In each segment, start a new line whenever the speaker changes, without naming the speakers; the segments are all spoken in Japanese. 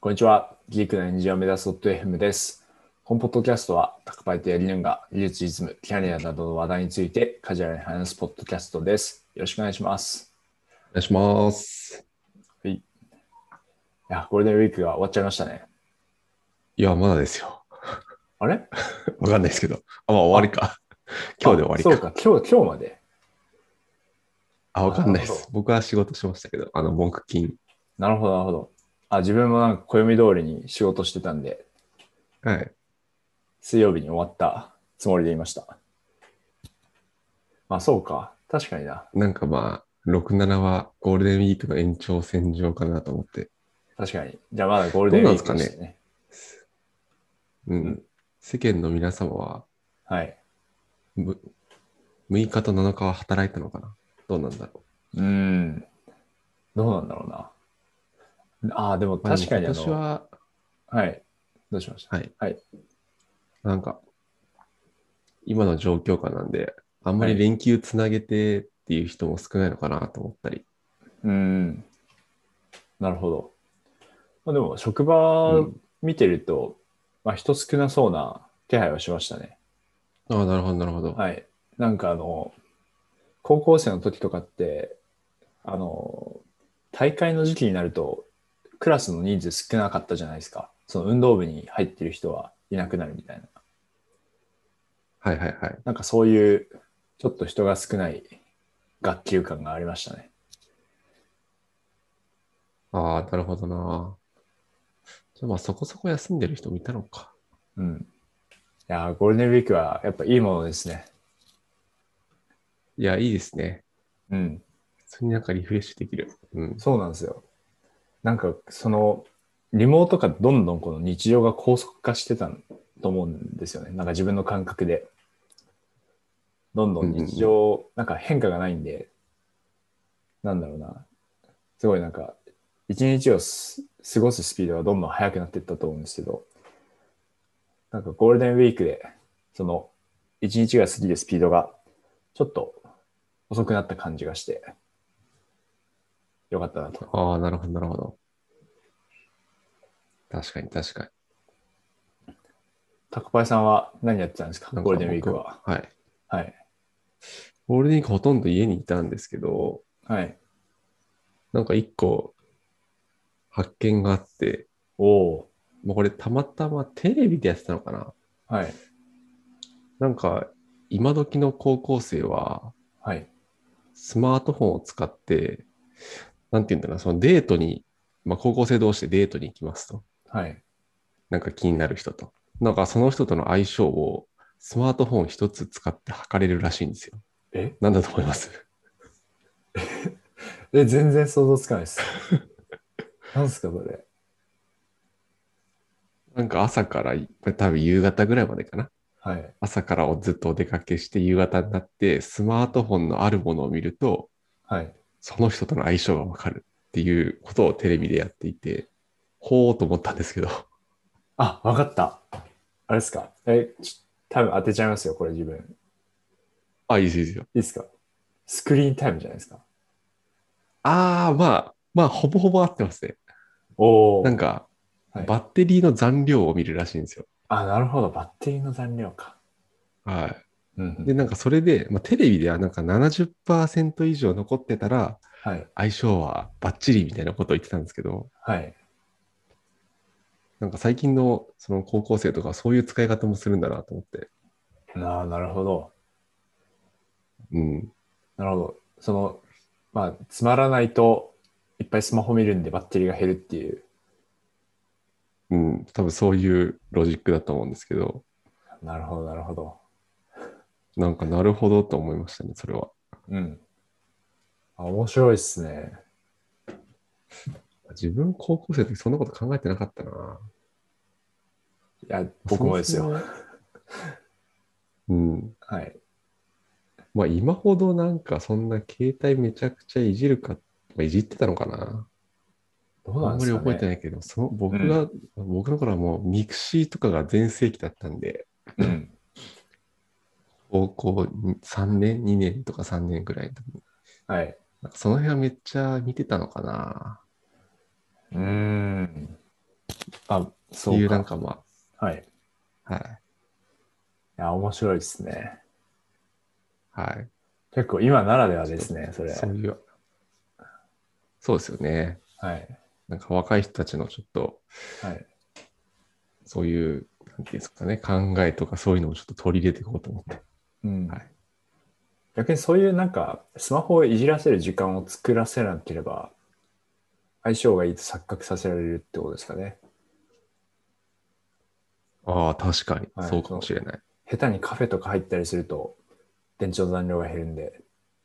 こんにちは。ギークなエンジニアを目指す .fm です。本ポッドキャストは、宅配とやりなが技術、実務、キャリアなどの話題についてカジュアルに話すポッドキャストです。よろしくお願いします。
お願いします。
いや、ゴールデンウィークが終わっちゃいましたね。
いや、まだですよ。
あれ
わかんないですけど。あ、まあ終わりか。今日で終わり
あ
か。
そうか、今日、今日まで。
あ、わかんないで
なる
す。僕は仕事しましたけど、あの、木金。
なるほど、なるほど。あ、自分もなんか暦通りに仕事してたんで、
はい。
水曜日に終わったつもりでいました。まあ、そうか。確かにな。
なんかまあ、6、7はゴールデンウィークの延長線上かなと思って。
確かに。じゃあ、まだゴールデンウィーク
どうな
で
んです
し
か
たね。
うん。世間の皆様は、
はい。
む6日と7日は働いたのかなどうなんだろ
うん。どうなんだろうな。ああ、でも
う。まあ
確かに
で
あ
も今年
の、
は、
はい。どうしました
はい。
はい。
なんか、今の状況下なんで、あんま
は
り
い
連休つなげてっていう人も少ないのかなと思ったり。
うん。なるほど。まあ、でも、職場
うん
見てると、まあ、人少なそうな気配はしましたね。
ああ、なるほど、なるほど。
はい。なんかあの、高校生の時とかって、あの、大会の時期になると、クラスの人数少なかったじゃないですか。その運動部に入ってる人はいなくなるみたいな。
はいはいはい。
なんかそういう、ちょっと人が少ない学級感がありましたね。
ああ、なるほどな。じゃあまあそこそこ休んでる人もいたのか。
うん。いやー、ゴールデンウィークはやっぱいいものですね。
いや、いいですね。
うん。
普通になんかリフレッシュできる。うん。
そうなんですよ。なんかその、リモートがどんどんこの日常が高速化してたと思うんですよね。なんか自分の感覚で。どんどん日常、なんか変化がないんで、なんだろうな。すごいなんか、一日をす過ごすスピードがどんどん速くなっていったと思うんですけど、なんかゴールデンウィークで、その、一日が過ぎるスピードが、ちょっと遅くなった感じがして、よかったなと。
ああ、なるほど、なるほど。確かに、確か
タクパイさんは何やってたんですか
に。
ゴールデンウィーク
なん
は。
か僕。はい。
はい。
ゴールデンウィークほとんど家にいたんですけど、
はい。
なんか一個発見があって、
おお
もうこれたまたまテレビでやってたのかな。
ー。はい。
なんか今時の高校生は
はい。
スマートフォンを使って、なんて言うんだろうな、そのデートに、まあ、高校生同士でデートに行きますと。
はい。
なんか気になる人と。なんかその人との相性をスマートフォン一つ使って測れるらしいんですよ。
え
なんだと思います
え、全然想像つかないです。 なんですか、それ。
なんか朝から、多分夕方ぐらいまでかな。
はい。
朝からをずっとお出かけして夕方になって、スマートフォンのあるものを見ると、
はい。
その人との相性がわかるっていうことをテレビでやっていて、ほーと思ったんですけど、
あ、わかった。あれですか。え、ち多分当てちゃいますよ、これ自分。い
あ、いいですいいですよ。
いですか。スクリーンタイムじゃないですか。
あー、まあ、まあ、ほぼほぼ合ってますね。
おお。
なんか、
はい
バッテリーの残量を見るらしいんですよ。
あ、なるほど。バッテリーの残量か。
は
うんう
い。
ん
で、なんかそれで、まあ、テレビではなんか70%以上残ってたら、
はい。
相性はバッチリみたいなことを言ってたんですけど、
はい。
なんか最近のその高校生とかそういう使い方もするんだなと思って。
なあ、なるほど。
うん。
なるほど。その、まあ、つまらないといっぱいスマホ見るんでバッテリーが減るっていう。
うん。多分そういうロジックだと思うんですけど、
なるほど、なるほど。
なんかなるほどと思いましたね、それは。
うん。あ面白いっすね。
自分高校生の時そんなこと考えてなかったな。
いや、僕もですよ。
そもそも。うん。
はい。
まあ今ほどなんかそんな携帯めちゃくちゃいじるか、まあ、いじってたのかな。
どう
あ
なん
ん
でか、ね、
ますり覚えて
い。
ないけど、その僕が、僕の頃はもうミクシーとかが全盛期だったんで、
うん。
高校に3年、2年とか3年ぐらいの時に
はい。
なんかその辺はめっちゃ見てたのかな。
うーん。あ、そ
いうう、
か。
なんかま
はい。い
あ、はい。
や、面白いですね。
はい。
結構今ならではですね、それ。
そういう、そうですよね。
はい。
なんか若い人たちのちょっと、
はい。
そういう、なんていうんですかね、考えとかそういうのをちょっと取り入れていこうと思って。
うん。
はい
逆にそういうなんか、スマホをいじらせる時間を作らせなければ、相性がいいと錯覚させられるってことですかね。
ああ、確かに、
はい
そうかもしれない。
下手にカフェとか入ったりすると、電池の残量が減るんで、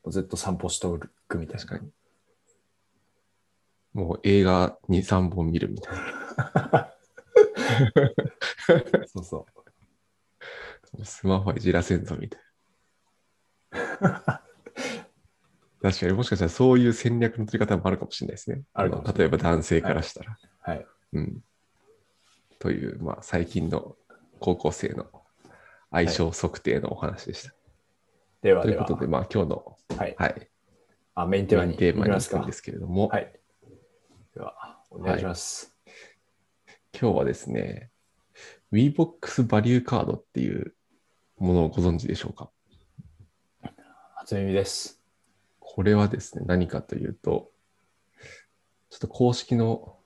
ずっと散歩しておくみたいな。
確かに。もう映画2、3本見るみたいな。
そうそう。
スマホはいじらせんぞみたい な。確かにもしかしたらそういう戦略の取り方もあるかもしれないですね。
あるかもしれない
例えば男性からしたら。
はい。
うん。という、まあ、最近の高校生の相性測定のお話でした。
では
とい
で
うこ
は、
とで、まあ、今日の、
はい。
はい、
あ、メインテ
テ
ーマに
ーマ
行き
に
ま
行
す
くん
か
で。すけれども、
はい。では、お願いします。
今日はですね、WeBox バリューカードっていうものをご存知でしょうか
初耳です。
これはですね、何かというと、ちょっと公式の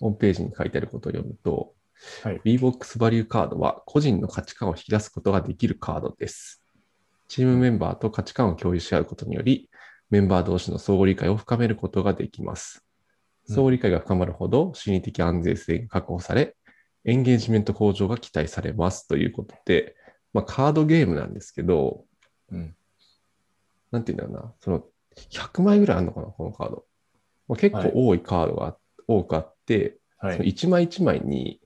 ホームページに書いてあることを読むと、
はい。
WeBox バリューカードは個人の価値観を引き出すことができるカードです。チームメンバーと価値観を共有し合うことにより、メンバー同士の相互理解を深めることができます。
うん
相互理解が深まるほど、心理的安全性が確保され、エンゲージメント向上が期待されますということで、まあ、カードゲームなんですけど、
うん。
なんていうんだろうな、その100枚ぐらいあるのかな、このカード。まあ、結
はい
構多いカードがあ多くあって、
は
その
い。
一枚一枚に、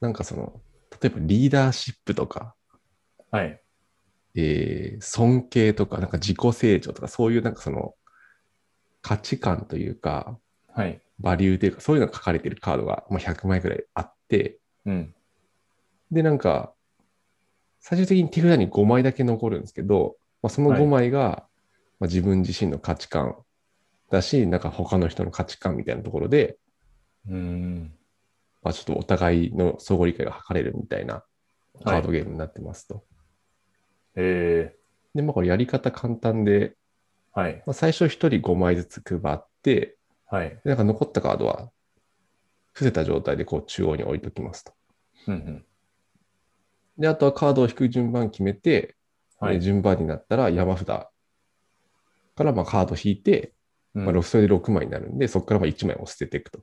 なんかその、例えばリーダーシップとか、
はい。
えー尊敬とか、なんか自己成長とか、そういうなんかその、価値観というか、
はい。
バリューというか、そういうのが書かれてるカードが、まあ、100枚ぐらいあって、
うん。
で、なんか、最終的に手札に5枚だけ残るんですけど、まあ、その
はい
5枚が、まあ、自分自身の価値観だし、なんか他の人の価値観みたいなところで、
うん。
まあ、ちょっとお互いの相互理解が図れるみたいなカードゲームになってますと。
え
で、まあ、これやり方簡単で、
ー、はい。
まあ、最初1人5枚ずつ配って、
はい。
でなんか残ったカードは伏せた状態でこう中央に置いときますと。
うんうん。
で、あとはカードを引く順番決めて、
は
で
い。
順番になったら山札からまあカード引いて、
うん
まあ、それで6枚になるんで、そこからまあ1枚を捨てていくと。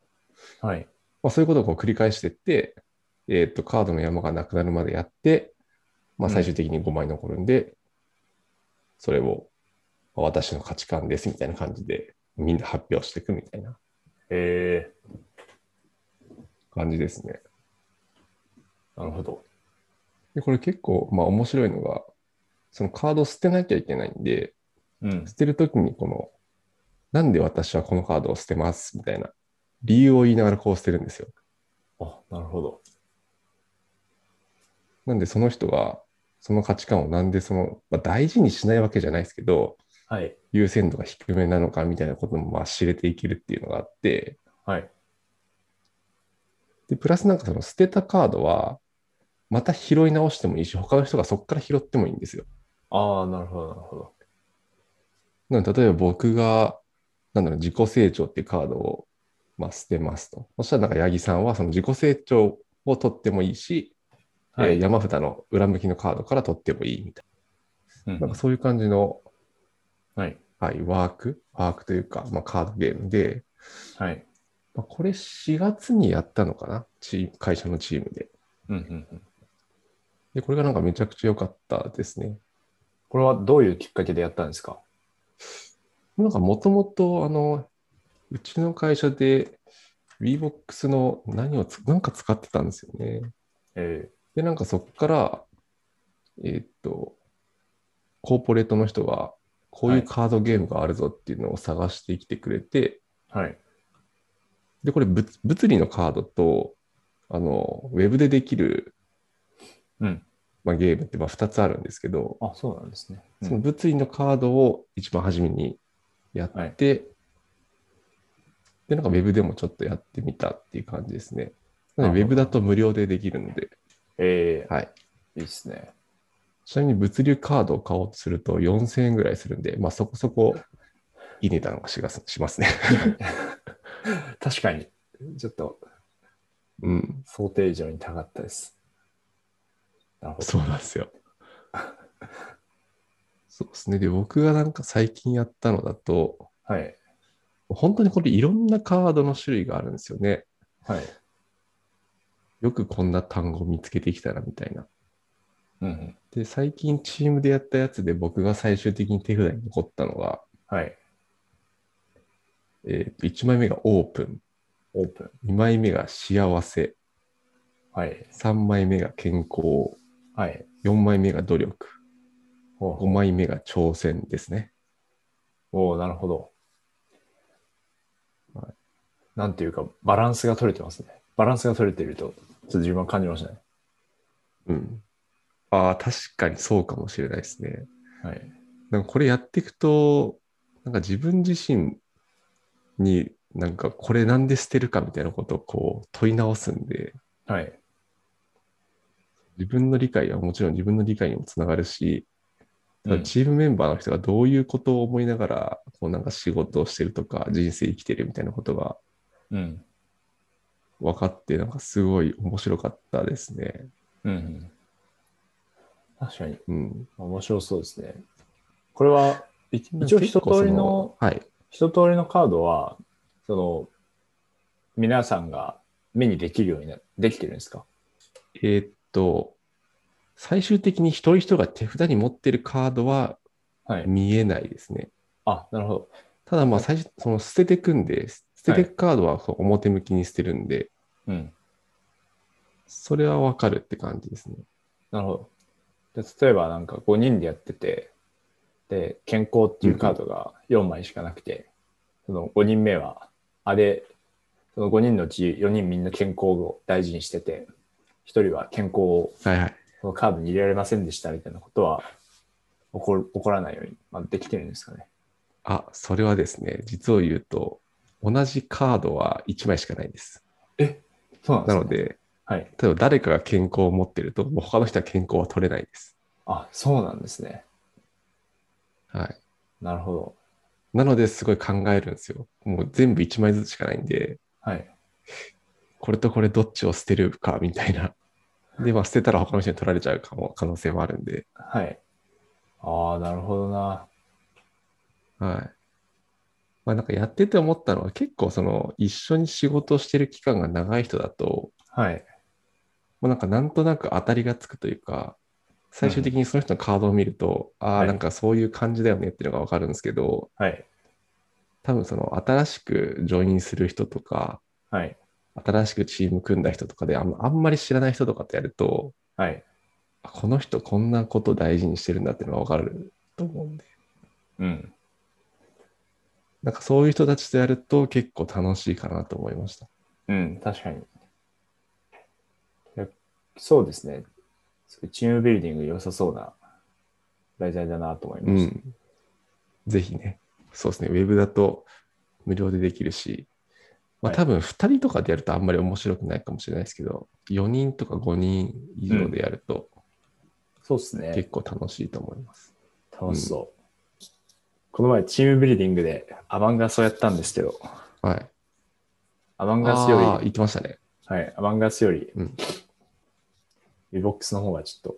はい。
まあ、そういうことをこう繰り返していって、えーっと、カードの山がなくなるまでやって、まあ、
うん
最終的に5枚残るんで、それを、まあ私の価値観ですみたいな感じで、みんな発表していくみたいな
え
感じですね。
ー、なるほど。
で、これ結構、まあ、面白いのが、そのカードを捨てなきゃいけないんで、
うん。
捨てるときにこの、なんで私はこのカードを捨てますみたいな理由を言いながらこう捨てるんですよ。
あ、なるほど。
なんでその人がその価値観をなんでその、まあ、大事にしないわけじゃないですけど、
はい。
優先度が低めなのかみたいなこともまあ知れていけるっていうのがあって、
はい。
で、プラスなんかその捨てたカードは、また拾い直してもいいし、他の人がそこから拾ってもいいんですよ。
ああ、なるほど、なるほど。
なので、例えば僕が、なんだろう、自己成長っていうカードを、まあ、捨てますと。そしたらなんか八木さんはその自己成長を取ってもいいし、
はい。
えー山札の裏向きのカードから取ってもいいみたい
うん
な。なんかそういう感じの、
はい。
はい、ワーク、ワークというか、まあ、カードゲームで、
はい。
まあ、これ4月にやったのかなチーム会社のチームで。
うんうんうん。
で、これがなんかめちゃくちゃ良かったですね。
これはどういうきっかけでやったんですか
なんかもともと、あの、うちの会社で WeBox の何をつ、なんか使ってたんですよね。
え
で、なんかそこから、えーっと、コーポレートの人が、こういうカードゲームがあるぞっていうのを探してきてくれて、
ー、はい。
で、これ物、物理のカードと、あの、ウェブでできる、
うん
まあ、ゲームってまあ2つあるんですけど、
あ、そうなんですね。うん
その物理のカードを一番初めにやって、
はい
で、なんか Web でもちょっとやってみたっていう感じですね。なので
なるほ
Web だと無料でできるので、
ええ
はい。
いいっすね。
ちなみに物流カードを買おうとすると4000円ぐらいするんで、まあそこそこいい値段がしがすしますね。
確かに、ちょっと
うん。
想定以上に高かったです。なるほど。
そうなんですよ。 そうですね。で、僕がなんか最近やったのだと、
はい。
本当にこれいろんなカードの種類があるんですよね。
はい。
よくこんな単語見つけてきたなみたいな。
うんうん。
で、最近チームでやったやつで僕が最終的に手札に残ったのが、
はい。
えーと1枚目がオープン、
オープン。
2枚目が幸せ、
はい。
3枚目が健康、
はい。
4枚目が努力、
お
5
う
枚目が挑戦ですね。
おうなるほど。
はい
なんていうか、バランスが取れてますね。バランスが取れていると、ちょっと自分は感じましたね。
うん。ああ、確かにそうかもしれないですね。
はい。
なんかこれやっていくと、なんか自分自身になんかこれなんで捨てるかみたいなことをこう問い直すんで、
はい。
自分の理解はもちろん自分の理解にもつながるし、ただ
うん
チームメンバーの人がどういうことを思いながら、こうなんか仕事をしてるとか、人生生きてるみたいなことが
うん。
分かって、なんかすごい面白かったですね。
うんうん。確かに、
うん。
面白そうですね。これは、一一応一
結構そ
通りの、
はい。
一通りのカードは、その、皆さんが目にできるようにな、できてるんですか
えーっと、最終的に一人一人が手札に持ってるカードは
はい。
見えないですね。
あ、なるほど。
ただまあ最初、その捨ててくんで、捨ててくカードはこう表向きに捨てるんで、
うん。
それはわかるって感じですね。
なるほど。で例えばなんか5人でやってて、で、健康っていうカードが4枚しかなくて、その5人目は、あれ、その5人のうち4人みんな健康を大事にしてて、1人は健康を
はいはい。
そのカードに入れられませんでしたみたいなことは起こる起こらないように、まあ、できてるんですかね。
あ、それはですね、実を言うと、同じカードは1枚しかないんです。
そうなん
な
ね
ので、
はい。
例えば誰かが健康を持ってると、もう他の人は健康は取れないです。
あ、そうなんですね。
はい。
なるほど。
なので、すごい考えるんですよ。もう全部1枚ずつしかないんで、
はい。
これとこれどっちを捨てるかみたいな。で、まあ、捨てたら他の人に取られちゃうかも、可能性もあるんで。
はい。ああ、なるほどな。
はい。まあ、なんかやってて思ったのは、結構その、一緒に仕事をしてる期間が長い人だと、
はい。
もうなんかなんとなく当たりがつくというか、最終的にその人のカードを見ると、あ
は
あ、
い
なんかそういう感じだよねっていうのがわかるんですけど、
はい。
多分その新しくジョインする人とか、
はい。
新しくチーム組んだ人とかであん、あんまり知らない人とかとやると、
はい。
あこの人こんなこと大事にしてるんだっていうのがわかると思うんで、
うん。
なんかそういう人たちとやると結構楽しいかなと思いました。
うん、確かに。いやそうですね。すごいチームビルディング良さそうな題材だなと思いうました。
ん。ぜひね、そうですね、ウェブだと無料でできるし、まあ
はい
多分2人とかでやるとあんまり面白くないかもしれないですけど、4人とか5人以上でやると
そうですね
結。構楽しいと思います。
楽しそう。この前、チームビルディングでアバンガスをやったんですけど、
はい。
アバンガスより、
ああ、言ってましたね。
はい、アバンガスより
うん、
ビボックスの方がちょっと、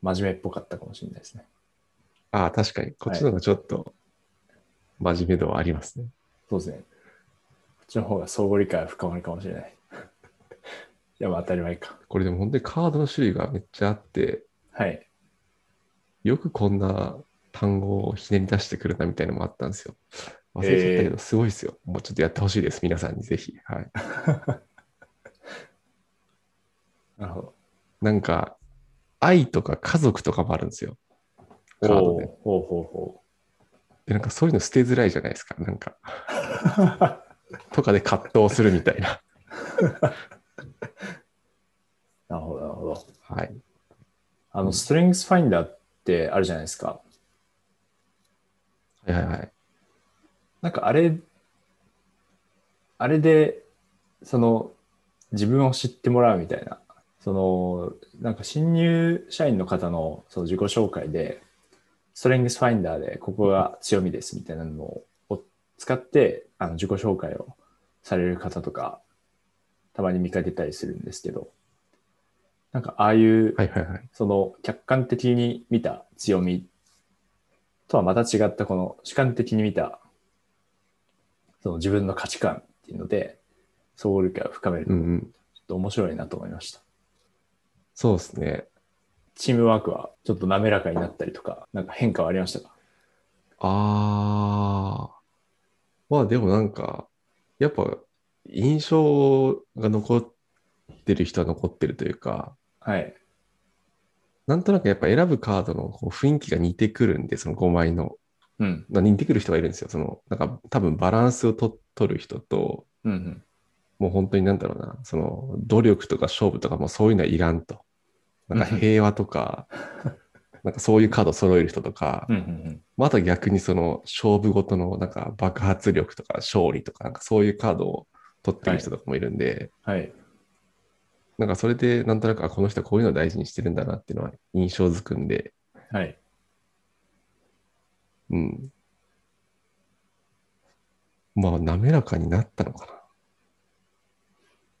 真面目っぽかったかもしれないですね。
ああ、確かに。こっちの方がちょっと真面目度はありますね。
そうですね。こっちの方が相互理解は深まるかもしれない。 いや、まあ当たり前か。
これでも本当にカードの種類がめっちゃあって、
はい。
よくこんな単語をひねり出してくるなみたいなのもあったんですよ。忘れちゃったけど、すごいですよ。もうちょっとやってほしいです。皆さんにぜひ。はい。
なるほど。
なんか、愛とか家族とかもあるんですよ。カード
お
で。
ほうほ
で、なんかそういうの捨てづらいじゃないですか。なんか、
うほう。
とかで葛藤するみたいな。
なるほど、なるほど。
はい。
あ
う
の、
ん
ストリングスファインダーってあるじゃないですか。
はいはいはい。
なんかあれあれで、その、自分を知ってもらうみたいな、その、なんか新入社員の方のその自己紹介で、ストレングスファインダーでここが強みですみたいなのを使って、あの自己紹介をされる方とか、たまに見かけたりするんですけど、なんかああいう
はいはいはい。
その客観的に見た強みとはまた違ったこの主観的に見たその自分の価値観っていうので総合力を深める
う
の
ん
ちょっ
うん。
と面白いなと思いました、
そうですね。
チームワークはちょっと滑らかになったりとかなんか変化はありましたか
ああ。まあでもなんか、やっぱ印象が残ってる人は残ってるというか、
はい
なんとなくやっぱ選ぶカードのこう雰囲気が似てくるんで、その5枚の。
うん
まあ似てくる人がいるんですよ。その、なんか多分バランスをと取る人と、
うんうん
もう本当になんだろうな、その努力とか勝負とかもうそういうのはいらんと。なんか
うんうん
平和とか、なんかそういうカード揃える人とか
う、んうん
また逆にその勝負ごとのなんか爆発力とか勝利とかなんかそういうカードを取ってる人とかもいるんで、
うんはい
なんかそれでなんとなくあこの人はこういうのを大事にしてるんだなっていうのは印象づくんで、
はい
うん。まあ滑らかになったのか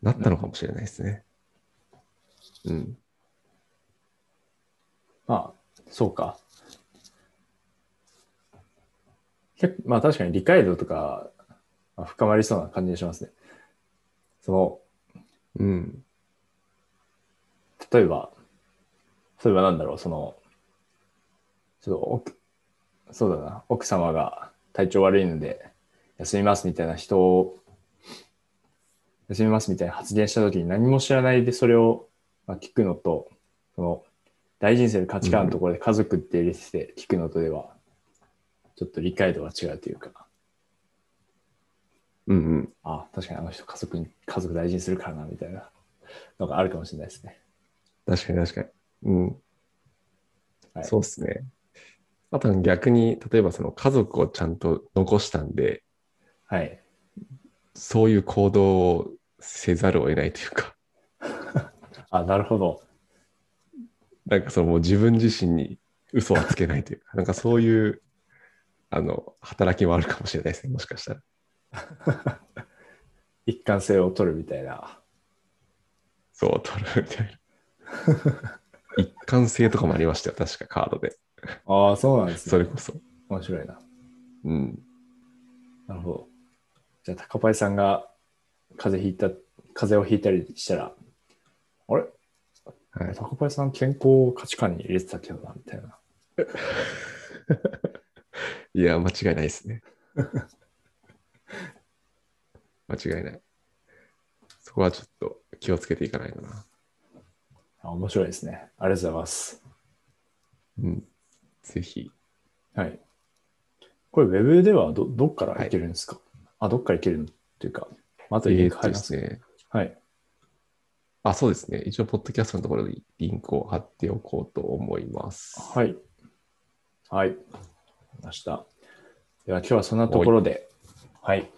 な。なったのかもしれないですね。うん。
まあそうか結構まあ確かに理解度とかまあ深まりそうな感じがしますねその
うん。
例えば、例えばなんだろう、その、ちょっと奥、そうだな、奥様が体調悪いので、休みますみたいな人を、休みますみたいな発言した時に何も知らないでそれをまあ聞くのと、その、大事にする価値観のところで家族って入れてて聞くのとでは、ちょっと理解度が違うというか、
うんうん。
あ、確かにあの人家族に、家族大事にするからな、みたいなのがあるかもしれないですね。
確かに確かに。うん。
はい
そうですね。あとは逆に、例えばその家族をちゃんと残したんで、
はい。
そういう行動をせざるを得ないというか、
あ、なるほど。
なんかそのもう自分自身に嘘はつけないというか、なんかそういう、あの、働きもあるかもしれないですね、もしかしたら。
一貫性を取るみたいな。
そう、取るみたいな。一貫性とかもありましたよ、確かカードで。
ああ、そうなんです
そ
ね。
れこそ。
面白いな。
うん。
なるほど。じゃあ、高パイさんが風邪ひいた、風邪をひいたりしたら、あれ
はい、
高パイさん健康を価値観に入れてたけどな、みたいな。
いや、間違いないですね。 間違いない。そこはちょっと気をつけていかないとな。
あ面白いですね。ありがとうございます。
うん。ぜひ。
はい。これ、ウェブではど、どっから行けるんですか、あ、どっから行けるのっていうか、またリンク貼
えーっと
りますね。
ですね。
はい。
あ、そうですね。一応、ポッドキャストのところにリンクを貼っておこうと思います。
はい。はい。わかりました。では今日はそんなところで。はい。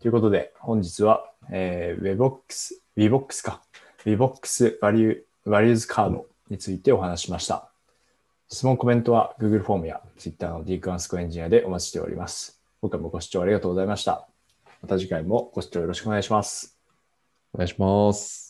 ということで、本日は、えー、Webox、Vbox か。Vbox バリュー、バリューズカードについてお話ししました。質問、コメントは Google フォームや Twitter の d クアンスコエンジニアでお待ちしております。今回もご視聴ありがとうございました。また次回もご視聴よろしくお願いします。
お願いします。